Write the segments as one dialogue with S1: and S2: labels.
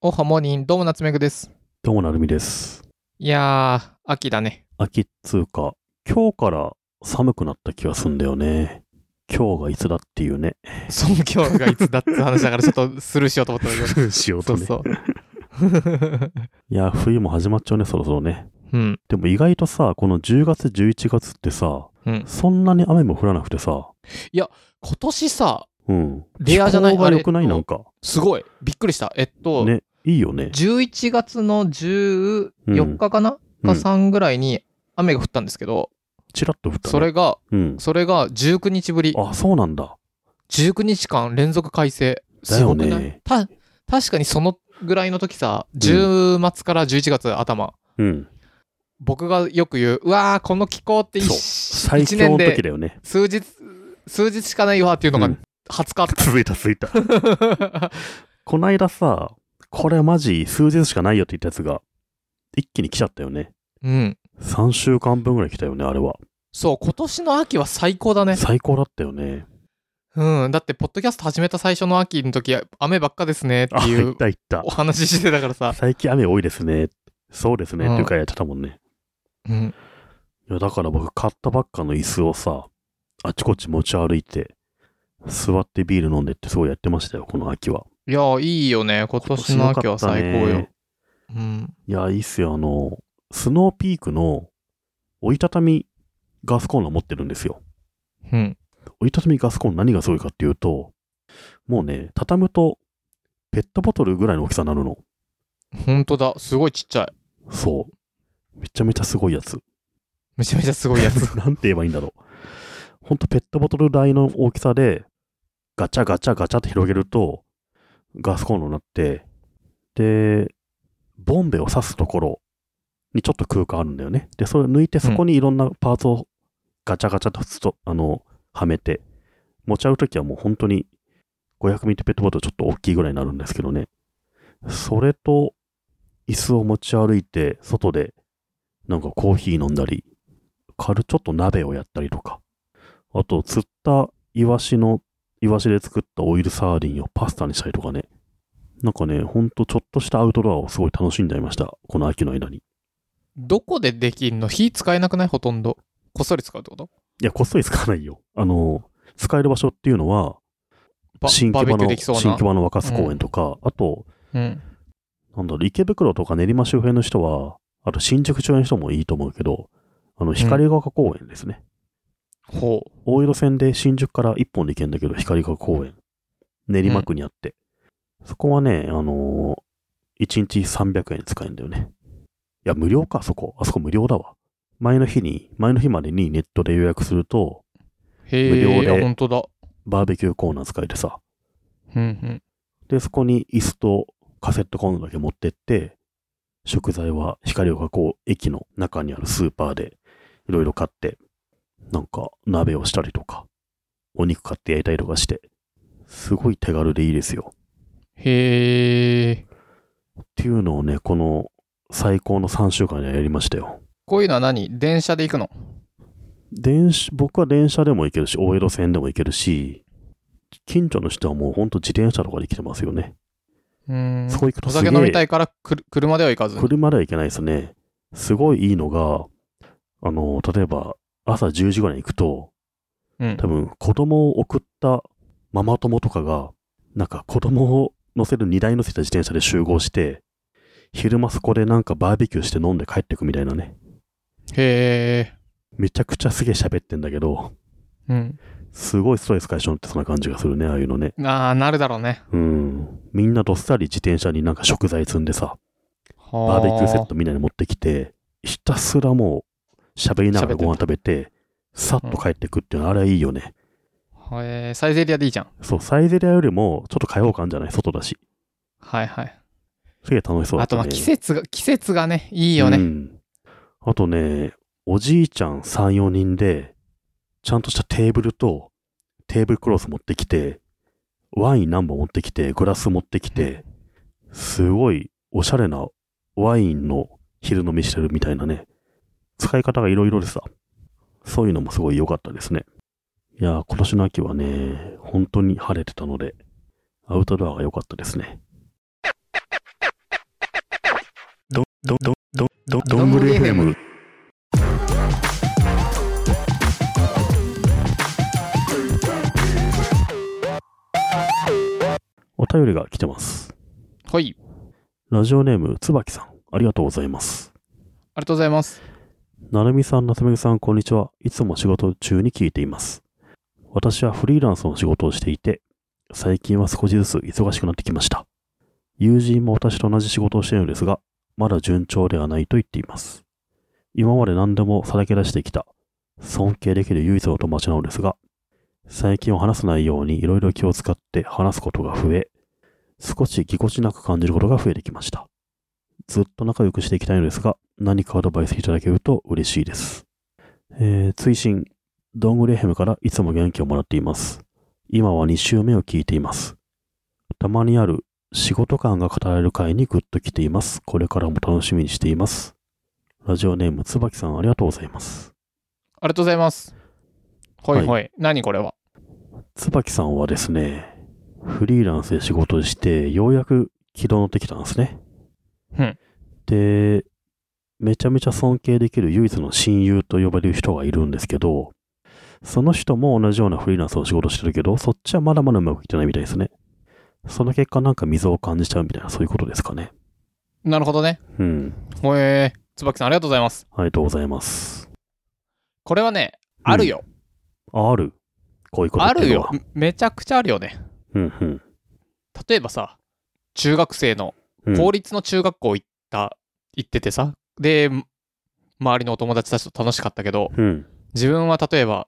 S1: おはモーニン、どうも夏目ぐです。
S2: どうもなるみです。
S1: いやー、秋だね。
S2: 秋っつうか、今日から寒くなった気がすんだよね。今日がいつだっていうね。
S1: その今日がいつだって話だから、ちょっとスルーしようと思ったんだけど。
S2: しよう
S1: そう
S2: ね。
S1: そう。
S2: いや、冬も始まっちゃうね、そろそろね。
S1: うん。
S2: でも意外とさ、この10月、11月ってさ、
S1: うん。
S2: そんなに雨も降らなくてさ、
S1: 今年さ、
S2: うん。
S1: レアじゃない
S2: 気候が良くな
S1: あ
S2: い
S1: れ
S2: なんか。
S1: すごい。びっくりした。えっと、
S2: ね、いいよね。
S1: 11月の14日かな、
S2: うん
S1: か3ぐらいに雨が降ったんですけど、
S2: チラッと降った、ね。
S1: それが、
S2: うん。
S1: それが19日ぶり。
S2: あ、そうなんだ。
S1: 19日間連続改正。
S2: だ
S1: す
S2: よ
S1: ご
S2: ね
S1: くない、た、確かにそのぐらいの時さ、10末から11月頭。
S2: うん。
S1: 僕がよく言う、うわー、この気候って一
S2: そう最
S1: 一
S2: 強
S1: 年
S2: の時
S1: で
S2: だよね。
S1: 数日、数日しかないわっていうのが
S2: うん
S1: 20日あっ
S2: 続いた続いた。
S1: た。
S2: こないださ、これマジ数日しかないよって言ったやつが、一気に来ちゃったよね。
S1: うん。
S2: 3週間分ぐらい来たよね、あれは。
S1: そう、今年の秋は最高だね。
S2: 最高だったよね。
S1: うん。だって、ポッドキャスト始めた最初の秋の時、雨ばっかですねって
S2: あ、
S1: い
S2: 行っ
S1: う
S2: た行った
S1: お。話ししてたから さ。
S2: 最近雨多いですね。そうですね。
S1: うん
S2: っていうかやってたもんね。
S1: うん。
S2: いや、だから僕買ったばっかの椅子をさ、あちこち持ち歩いて、座ってビール飲んでってすごいやってましたよ、この秋は。
S1: いやー、いいよね。今年の秋は最高
S2: 今年良かった
S1: よ
S2: ね。
S1: うん。
S2: いや、いいっすよ。あの、スノーピークの折りたたみガスコンロ持ってるんですよ。
S1: うん。
S2: 折りたたみガスコンロ何がすごいかっていうと、もうね、畳むとペットボトルぐらいの大きさになるの。
S1: ほんとだ。すごいちっちゃい。
S2: そう。めちゃめちゃすごいやつ。
S1: めちゃめちゃすごいや つ。
S2: なんて言えばいいんだろう。ほんとペットボトル大の大きさで、ガチャガチャガチャって広げると、ガスコンロになって、で、ボンベを刺すところにちょっと空間あるんだよね。で、それを抜いて、そこにいろんなパーツをガチャガチャとつと、あの、はめて、持ち歩くときはもう本当に500ミリペットボトルちょっと大きいぐらいになるんですけどね。それと、椅子を持ち歩いて、外で、なんかコーヒー飲んだり、軽ちょっと鍋をやったりとか、あと、釣ったイワシの、イワシで作ったオイルサーディンをパスタにしたりとかね。なんかね、ほんとちょっとしたアウトドアをすごい楽しんじゃいました。この秋の間に。
S1: どこでできんの火使えなくないほとんど。こっそり使うってこと
S2: いや、こっそり使わないよ。あの、使える場所っていうのは、
S1: バ
S2: 新
S1: バー
S2: 木
S1: ベ
S2: 場
S1: キュー
S2: の、
S1: できそう
S2: 新
S1: な。
S2: 木場の若洲公園とか、あと、
S1: うん。
S2: なんだろう、池袋とか練馬周辺の人は、あと新宿周辺の人もいいと思うけど、あの、光が丘公園ですね。
S1: ほう。
S2: 大江戸線で新宿から一本で行けんだけど、光が丘公園。練馬区にあって。そこはね、あのー、1日300円使えんだよね。いや、無料か、そこ。あそこ無料だわ。前の日に、前の日までにネットで予約すると、
S1: へ
S2: 無料
S1: え、
S2: で
S1: あ本当だ。
S2: バーベキューコーナー使えてさ。
S1: うん
S2: で、そこに椅子とカセットコンロだけ持ってって、食材は光をこう駅の中にあるスーパーでいろいろ買って、なんか鍋をしたりとか、お肉買って焼いたりとかして、すごい手軽でいいですよ。
S1: うん。へえ。
S2: っていうのをね、この最高の3週間でやりましたよ。
S1: こういうのは何電車で行くの
S2: 電車、僕は電車でも行けるし、大江戸線でも行けるし、近所の人はもうほんと自転車とかで来てますよね。
S1: うーん。
S2: そこ行くと
S1: お
S2: すげ
S1: 酒
S2: え
S1: 飲みたいからくる車では行かず。
S2: 車では行けないですね。すごいいいのが、あの、例えば朝10時ぐらいに行くと、
S1: うん
S2: 多。分子供を送ったママ友とかが、なんか子供を乗せる荷台乗せた自転車で集合して、昼間そこでなんかバーベキューして飲んで帰ってくみたいなね。
S1: へえ。
S2: めちゃくちゃすげえ喋ってんだけど、
S1: うん。
S2: すごいストレス解消ってそんな感じがするね、ああいうのね。
S1: ああ、なるだろうね。
S2: うん。みんなどっさり自転車になんか食材積んでさ、
S1: バ
S2: バーベキューセットみんなに持ってきて、ひたすらもう喋りながらご飯食べて、さっと帰ってくっていうの、あれはいいよね。
S1: ト。へえ、サイゼリアでいいじゃん。
S2: そう、サイゼリアよりもちょっと開放感じゃない外だし。
S1: はいはい。
S2: すげえ楽しそうだ
S1: あ
S2: っ
S1: と、
S2: た、ね。
S1: まあ、季節が、季節がね、いいよ
S2: う
S1: ね。
S2: んあとね、おじいちゃん3、4人で、ちゃんとしたテーブルと、テーブルクロス持ってきて、ワイン何本持ってきて、グラス持ってきて、すごいおしゃれなワインの昼飲みしてるみたいなね、使い方がいろいろでさ、そういうのもすごい良かったですね。いやー、今年の秋はね、本当に晴れてたので、アウトドアが良かったですね。ど、ど、ど、ど、どんぐり FM。お便りが来てます。
S1: はい。
S2: ラジオネーム、椿さん、ありがとうございます。
S1: ありがとうございます。
S2: なるみさん、なつめぐさん、こんにちは。いつも仕事中に聞いています。私はフリーランスの仕事をしていて、最近は少しずつ忙しくなってきました。友人も私と同じ仕事をしているのですが、まだ順調ではないと言っています。今まで何でもさらけ出してきた、尊敬できる唯一の友達なのですが、最近は話さないようにいろいろ気を使って話すことが増え、少しぎこちなく感じることが増えてきました。ずっと仲良くしていきたいのですが、何かアドバイスいただけると嬉しいです。えー、追伸、どんぐりヘムからいつも元気をもらっています。今は2週目を聞いています。たまにある仕事感が語られる回にグッと来ています。これからも楽しみにしています。ラジオネーム、椿さんありがとうございます。
S1: ありがとうございます。ほいほい。何これは。
S2: 椿さんはですね、フリーランスで仕事をして、ようやく軌道乗ってきたんですね。
S1: うん
S2: で、めちゃめちゃ尊敬できる唯一の親友と呼ばれる人がいるんですけど、その人も同じようなフリーランスの仕事をしてるけど、そっちはまだまだうまくいってないみたいですね。その結果なんか溝を感じちゃうみたいな、そういうことですかね。
S1: なるほどね。
S2: うん。
S1: ほえー。椿さん、ありがとうございます。
S2: ありがとうございます。
S1: これはね、あるよ。
S2: あるこういうこと
S1: あ
S2: って
S1: る
S2: いうの
S1: よ
S2: は。。
S1: めちゃくちゃあるよね。
S2: うんうん。
S1: 例えばさ、中学生の
S2: うん
S1: 公立の中学校行った、行っててさ、で、周りのお友達たちと楽しかったけど、
S2: うん。
S1: 自分は例えば、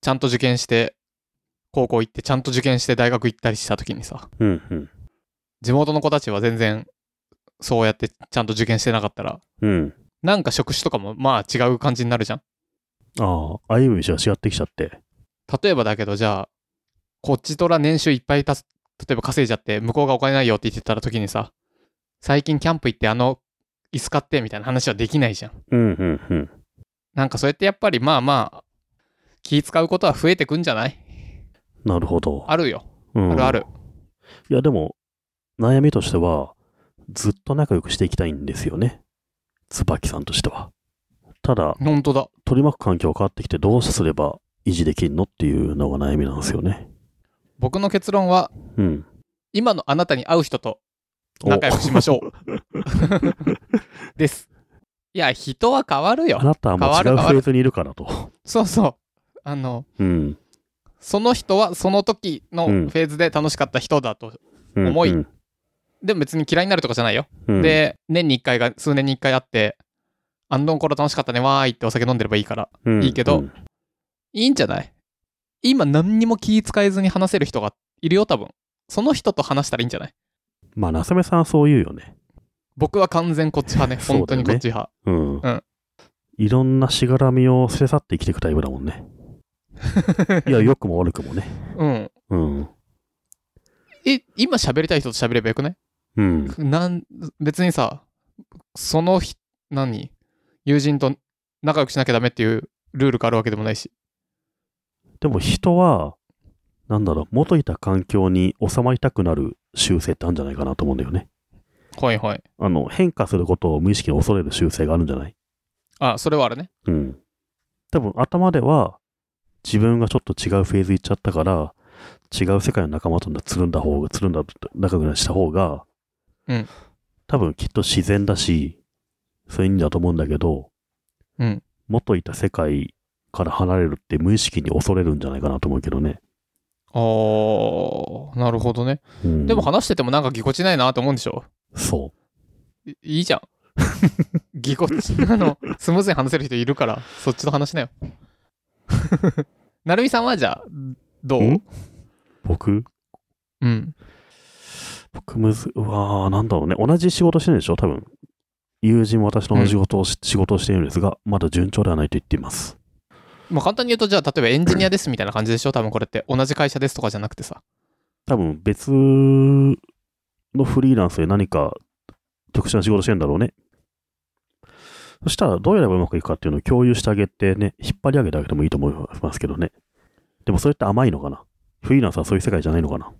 S1: ちゃんと受験して、高校行って、ちゃんと受験して大学行ったりした時にさ、
S2: うんうん。
S1: 地元の子たちは全然、そうやってちゃんと受験してなかったら、
S2: うん。
S1: なんか職種とかもまあ違う感じになるじゃん。
S2: ああ、歩む道が違ってきちゃって。
S1: 例えばだけど、じゃあ、こっちとら年収いっぱいたす、例えば稼いじゃって、向こうがお金ないよって言ってた時にさ、最近キャンプ行ってあの椅子買ってみたいな話はできないじゃん。
S2: うんうんうん。
S1: なんかそうやってやっぱりまあまあ、気使うことは増えてくんじゃない
S2: なるほど。
S1: あるよ。
S2: うん
S1: あるある。
S2: いや、でも、悩みとしては、ずっと仲良くしていきたいんですよね。椿さんとしては。ただ、
S1: ほんとだ。
S2: 取り巻く環境が変わってきて、どうすれば維持できるのっていうのが悩みなんですよね。
S1: 僕の結論は、
S2: うん。
S1: 今のあなたに会う人と
S2: お
S1: 仲良くしましょう。です。いや、人は変わる
S2: あ
S1: よ。
S2: なたはもう
S1: 変
S2: 違
S1: わる変
S2: う
S1: わ
S2: フ
S1: る
S2: レーズにいるからと。
S1: そうそう。あの、
S2: うん。
S1: その人はその時の
S2: う
S1: フ
S2: ん
S1: ェーズで楽しかった人だと。
S2: うん
S1: 重い
S2: うん
S1: でも別に嫌いになるとかじゃないよ。
S2: うん、
S1: で、年に1回が、数年に1回あって、あんどんころ楽しかったね、わーいってお酒飲んでればいいから。
S2: うん
S1: いいけど
S2: うん
S1: いいんじゃない今何にも気使えずに話せる人がいるよ、多分。その人と話したらいいんじゃない
S2: まあ、夏目さんはそう言うよね。
S1: 僕は完全こっち派ね。
S2: そうだよね
S1: 本当にこっち派。
S2: うん。
S1: ん
S2: いろんなしがらみを捨て去って生きていくタイプだも んね。いや、良くも悪くもね。
S1: うん。
S2: うん。
S1: え、今喋りたい人と喋ればよくない
S2: うん。
S1: なん、別にさ、その日、何友人と仲良くしなきゃダメっていうルールがあるわけでもないし。
S2: でも人は、なんだろう、元いた環境に収まりたくなる習性ってあるんじゃないかなと思うんだよね。
S1: はいはい。
S2: あの、変化することを無意識に恐れる習性があるんじゃない
S1: あ、それはあるね。
S2: うん。多分頭では、自分がちょっと違うフェーズ行っちゃったから、違う世界の仲間とつるんだ方が、つるんだ、仲良くした方が、
S1: うん
S2: 多分きっと自然だし、そういう意味だと思うんだけど、
S1: うん
S2: 元いた世界から離れるって無意識に恐れるんじゃないかなと思うけどね。
S1: あー、なるほどね。
S2: うん、
S1: でも話しててもなんかぎこちないなと思うんでしょ
S2: そう。
S1: いいいじゃん。 ぎこち、 あの、スムーズに話せる人いるから、そっちと話しなよ。 なるみさんはじゃあ、どうん
S2: 僕
S1: うん。
S2: 僕むず、うわー、なんだろうね。同じ仕事してるんでしょ多分。友人も私と同じ仕事をし、仕事をしているんですが、まだ順調ではないと言っています。
S1: まあ簡単に言うと、じゃあ、例えばエンジニアですみたいな感じでしょ多分これって。同じ会社ですとかじゃなくてさ。
S2: 多分別のフリーランスで何か特殊な仕事してるんだろうね。そしたらどうやればうまくいくかっていうのを共有してあげてね、引っ張り上げてあげてもいいと思いますけどね。でもそれって甘いのかなフリーランスはそういう世界じゃないのかな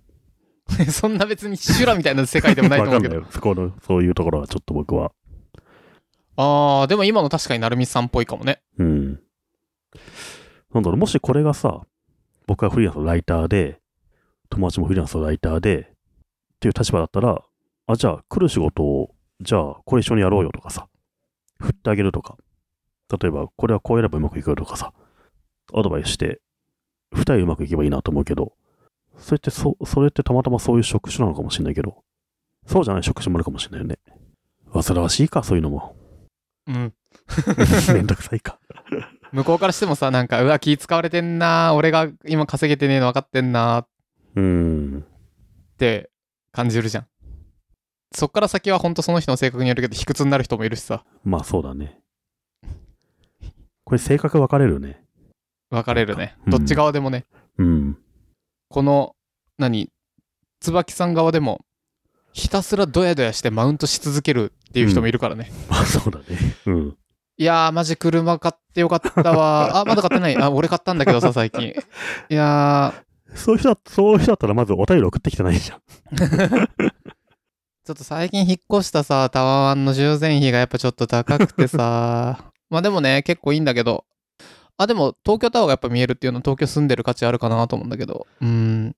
S1: そんな別に修羅みたいな世界でもないと思
S2: わか
S1: うんけ
S2: ない
S1: ど。
S2: よ。そこの、そういうところはちょっと僕は
S1: あー、でも今の確かに成美さんっぽいかもね。
S2: うん。なんだろう、もしこれがさ、僕がフリーランスのライターで、友達もフリーランスのライターで、っていう立場だったら、あ、じゃあ来る仕事を、じゃあこれ一緒にやろうよとかさ、振ってあげるとか、例えばこれはこうやればうまくいくよとかさ、アドバイスして、二人うまくいけばいいなと思うけど、それってそ、それってたまたまそういう職種なのかもしれないけど、そうじゃない職種もあるかもしれないよね。煩わしいか、そういうのも。
S1: うん。
S2: めんどくさいか。
S1: 向こうからしてもさ、なんか、うわ、気使われてんなー俺が今稼げてねえの分かってんなーっ
S2: うん。
S1: て感じるじゃん。そっから先はほんとその人の性格によるけど、卑屈になる人もいるしさ、
S2: まあそうだね。これ性格分かれるね。
S1: 分かれるね。
S2: うん
S1: どっち側でもね。
S2: うん。
S1: この、何、椿さん側でも、ひたすらドヤドヤしてマウントし続けるっていう人もいるからね。
S2: まあそうだね。うん。
S1: いやー、マジ車買ってよかったわ。あ、まだ買ってない。あ、俺買ったんだけどさ、最 近。いやー、
S2: そういう人だ、そういう人だったらまずお便り送ってきてないじゃん。
S1: ちょっと最近引っ越したさ、タワワンの修繕費がやっぱちょっと高くてさ。 まあでもね、結構いいんだけど。あ、でも東京タワーがやっぱ見えるっていうのは東京住んでる価値あるかなと思うんだけど。うーん。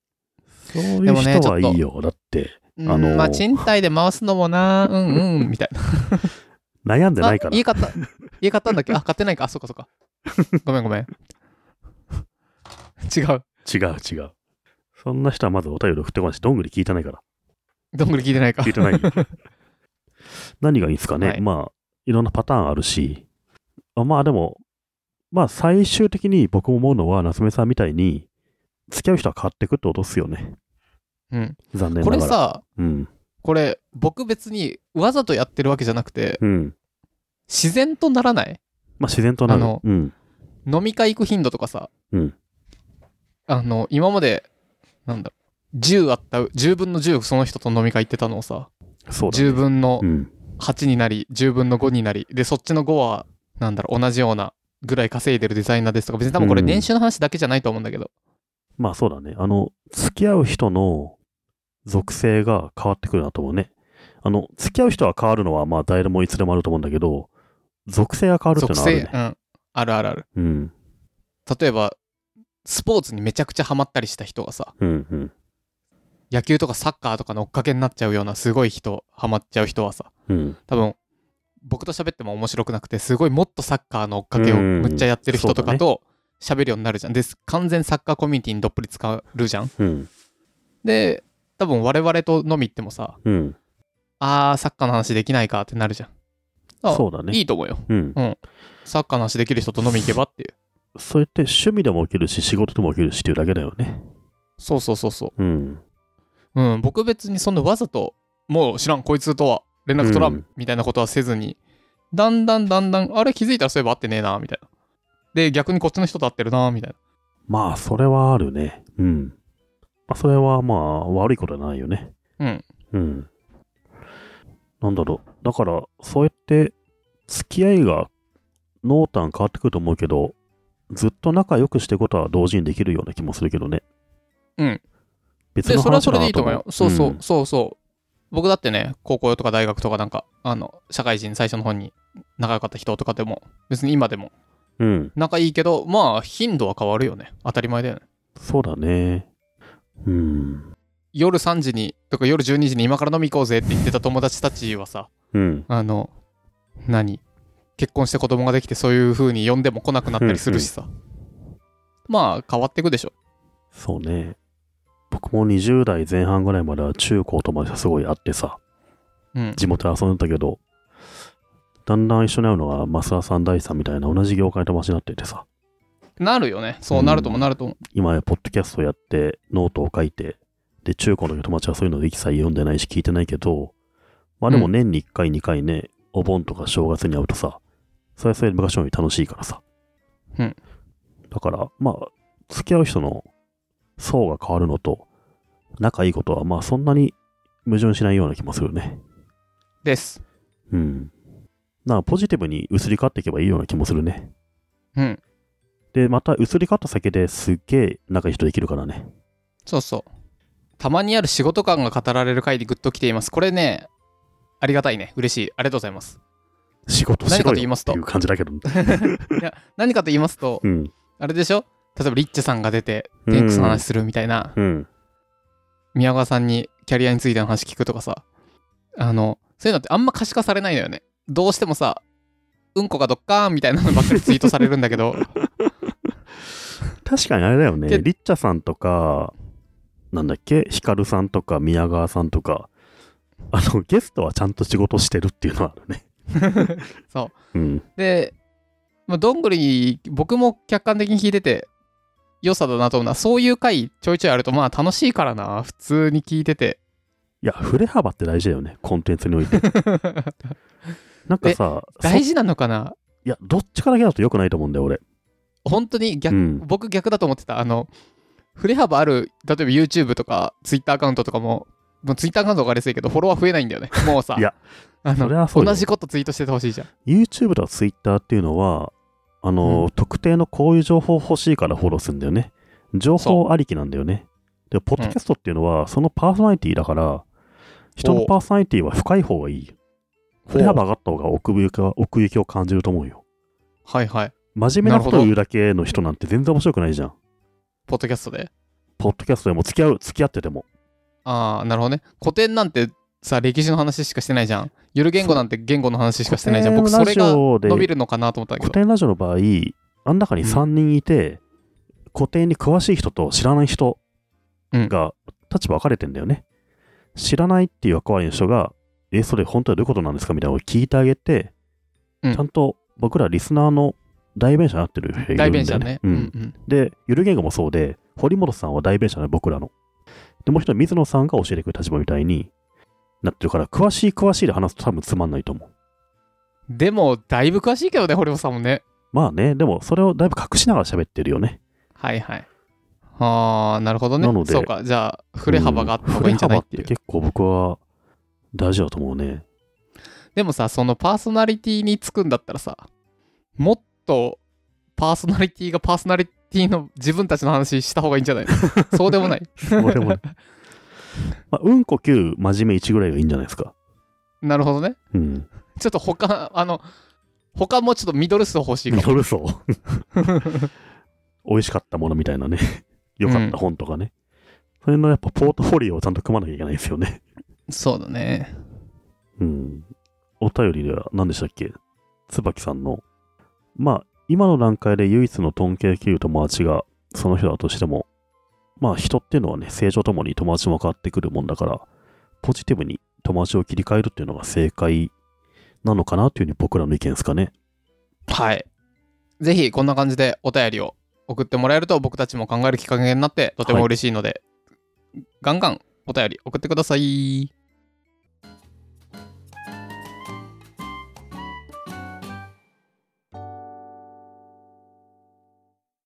S2: そうい
S1: で
S2: う
S1: もね
S2: 人はいいよ。だって、
S1: うん
S2: あのー
S1: まあ賃貸で回すのもな、うんう ん、みたいな。
S2: 悩んでないか
S1: あ
S2: ら。
S1: 家買った、家買った んだっけあ、買ってないか。あ、そっかそっか。ごめんごめん。 違う。
S2: 違う違う。そんな人はまずお便り送ってこないし、どんぐり聞いてないから。
S1: どんぐり聞いてないか
S2: 聞い。てないよ。 何がいいんですかね。
S1: はい
S2: まあ、いろんなパターンあるし。あまあでも、まあ最終的に僕も思うのは、夏目さんみたいに、付き合う人は変わってくってことっすよね。
S1: うん。
S2: 残念な
S1: こ
S2: がら。
S1: れ、さ、
S2: うん。
S1: これ僕別にわざとやってるわけじゃなくて
S2: うん。
S1: 自然とならない
S2: まあ自然とな
S1: あ
S2: る。
S1: の
S2: うん。
S1: 飲み会行く頻度とかさ、
S2: うん
S1: あの今までなんだろう10あった10分の10その人と飲み会行ってたのをさ、
S2: そうだ、ね。
S1: 10分の
S2: うん。
S1: 8になり10分の5になりでそっちの5はなんだろう同じようなぐらい稼いでるデザイナーですとか別に多分これ
S2: うん
S1: 年収の話だけじゃないと思うんだけど、
S2: まあそうだね。あの、付き合う人の属性が変わってくるなと思うね。あの、付き合う人は変わるのは、まあ誰でもいつでもあると思うんだけど、属性が変わるっていう
S1: 属
S2: のはある
S1: 性
S2: ね。
S1: うんあるあるある
S2: うん。
S1: 例えばスポーツにめちゃくちゃハマったりした人がさ
S2: うん。うん。
S1: 野球とかサッカーとかの追っかけになっちゃうようなすごい人ハマっちゃう人はさ
S2: うん。
S1: 多分僕と喋っても面白くなくてすごいもっとサッカーの追っかけを
S2: うん
S1: むっちゃやってる人とか
S2: そ
S1: と喋るようになるじゃん、で完全サッカーコミュニティにどっぷり使うじゃん
S2: うん。
S1: で多分我々と飲み行ってもさ
S2: うん。
S1: あーサッカーの話できないかってなるじゃんあ
S2: そうだね。
S1: いいと思うよ
S2: うん。
S1: サッカーの話できる人と飲み行けばっていう
S2: それって趣味でも起きるし、仕事でも起きるしっていうだけだよね。
S1: そうそうそうそ
S2: うん。
S1: ううん僕別にそんなわざともう知らんこいつとは連絡取ら
S2: うんん
S1: みたいなことはせずに、だんだんだんだんあれ気づいたらそういえば会ってねえなみたいなで逆にこっちの人と会ってるなみたいな
S2: まあ、それはあるね。うん。まあ、それはまあ、悪いことはないよね。
S1: うん。
S2: うん。なんだろう。だから、そうやって、付き合いが濃淡変わってくると思うけど、ずっと仲良くしていくことは同時にできるような気もするけどね。
S1: うん。
S2: 別
S1: で、
S2: の
S1: それは
S2: 話
S1: そ
S2: だ
S1: れでい
S2: ない
S1: と思うよ。そうそう、そうそう。僕だってね、高校とか大学とかなんか、あの、社会人最初の方に仲良かった人とかでも、別に今でも
S2: うん。うん。
S1: 仲いいけど、まあ、頻度は変わるよね。当たり前だよね。
S2: そうだね。うん。
S1: 夜3時に、とか夜12時に今から飲み行こうぜって言ってた友達たちはさ、
S2: うん。
S1: あの、何結婚して子供ができてそういう風に呼んでも来なくなったりするしさ。まあ、変わってくでしょ。
S2: そうね。僕も20代前半ぐらいまでは中高とまですごいあってさ、
S1: うん。
S2: 地元で遊んでたけど、だんだん一緒に会うのが増田さん、大地さんみたいな同じ業界の友達になっててさ、
S1: なるよね。そうなるともなるとも。
S2: 今やポッドキャストやって、ノートを書いて、で、中高の友達はそういうの一切読んでないし聞いてないけど、まあでも
S1: うん
S2: 年に1回2回ね、お盆とか正月に会うとさ、それはそれで昔より楽しいからさ。
S1: うん
S2: だから、まあ、付き合う人の層が変わるのと、仲いいことは、まあそんなに矛盾しないような気もするね。
S1: です。
S2: うん。なんかポジティブに移り変わっていけばいいような気もするね。
S1: うん。
S2: で、また移り変わった先ですっげえ仲いい人できるからね。
S1: そうそう。たまにある仕事感が語られる回にグッと来ています。これね、ありがたいね。嬉しい。ありがとうございます。
S2: 仕事しろ
S1: 何かと言い
S2: よ
S1: ます
S2: って
S1: と
S2: いう感じだけど、
S1: いや何かと言いますと
S2: うん。
S1: あれでしょ例えばリッチェさんが出てテンクスの話するみたいな、
S2: うん。
S1: 宮川さんにキャリアについての話聞くとかさあのそういうのってあんま可視化されないのよねどうしてもさうんこがどっかーんみたいなのばっかりツイートされるんだけ ど
S2: 確かにあれだよね。
S1: で
S2: リッチャさんとか、なんだっけ、ヒカルさんとか、宮川さんとか、あの、ゲストはちゃんと仕事してるっていうのはあるね。
S1: そう
S2: うん。
S1: で、まあ、どんぐり僕も客観的に聞いてて良さだなと思うのはそういう回ちょいちょいあるとまあ楽しいからな普通に聞いて て
S2: いや、振れ幅って大事だよね、コンテンツにお いて。なんかさ、
S1: 大
S2: そ
S1: 事なのかない
S2: や、どっちからだと良くないと思うんだよ、俺。
S1: 本当に
S2: う
S1: 逆、
S2: ん。
S1: 僕逆だと思ってたあの振れ幅ある例えば YouTube とか Twitter アカウントとかももう Twitter アカウントがあれですけどフォロワー増えないんだよねもうさ
S2: いや
S1: あの
S2: それはそうよ
S1: 同じことツイートしててほしいじゃん
S2: YouTube とか Twitter っていうのは、あの、
S1: うん
S2: 特定のこういう情報欲しいからフォローするんだよね。情報ありきなんだよね。で、ポッドキャストっていうのは、そのパーソナリティだから、人のパーソナリティは深い方がいいよ。振れ幅上がった方が奥行きは奥行きを感じると思うよ。
S1: はいはい
S2: 真面目なこ
S1: なるほ
S2: とを
S1: ど
S2: 言うだけの人なんて全然面白くないじゃん。
S1: ポッドキャストで
S2: ポッドキャストでも付き合う、付き合ってても。
S1: ああなるほどね古典なんてさ歴史の話しかしてないじゃんゆる言語なんて言語の話しかしてないじゃん僕それが
S2: 古典ラジ
S1: 伸
S2: オで
S1: びるのかなと思ったんだ
S2: 古
S1: けど
S2: 典ラジオの場合、あん中に3人いて、古典に詳しい人と知らない人が立場分かれてんだよね。知らないっていう役割の人が、え、それ本当はどういうことなんですかみたいなのを聞いてあげて、
S1: うん
S2: ちゃんと僕らリスナーの代弁者になってる人がいるんだ
S1: 代
S2: よ
S1: 弁者ね
S2: う
S1: うんんうん
S2: で、ゆる言語もそうで、堀本さんは代弁者ね、僕らの。で、もう一人、水野さんが教えてくる立場みたいになってるから、詳しい詳しいで話すと多分つまんないと思う。
S1: でもだいぶ詳しいけどね堀本さんもね
S2: まあね、でもそれをだいぶ隠しながら喋ってるよね。
S1: はいはいああなるほどね
S2: なので
S1: そうかじゃあ振れ幅があった方がいいんじゃないっていう
S2: 振れ幅って結構僕は大事だと思 うね。
S1: でもさそのパーソナリティにつくんだったらさもっとパーソナリティがパーソナリティの自分たちの話した方がいいんじゃないのそうで もない
S2: そうでもねまあ、うんこ9、真面目1ぐらいがいいんじゃないですか。
S1: なるほどね
S2: うん。
S1: ちょっと他あの他もちょっとミドル数欲しいか
S2: ミ
S1: も
S2: ドル層。 美味しかったものみたいなね。良かった本とかね。それのやっぱポートフォリオをちゃんと組まなきゃいけないですよね。
S1: そうだね
S2: うん。お便りでは何でしたっけ椿さんの。まあ、今の段階で唯一のトンケイ切る友達がその人だとしても、まあ人っていうのはね、成長ともに友達も変わってくるもんだから、ポジティブに友達を切り替えるっていうのが正解なのかなというふうに僕らの意見ですかね。
S1: はいぜひこんな感じでお便りを送ってもらえると僕たちも考えるきっかけになってとても嬉しいので、ガンガンお便り送ってください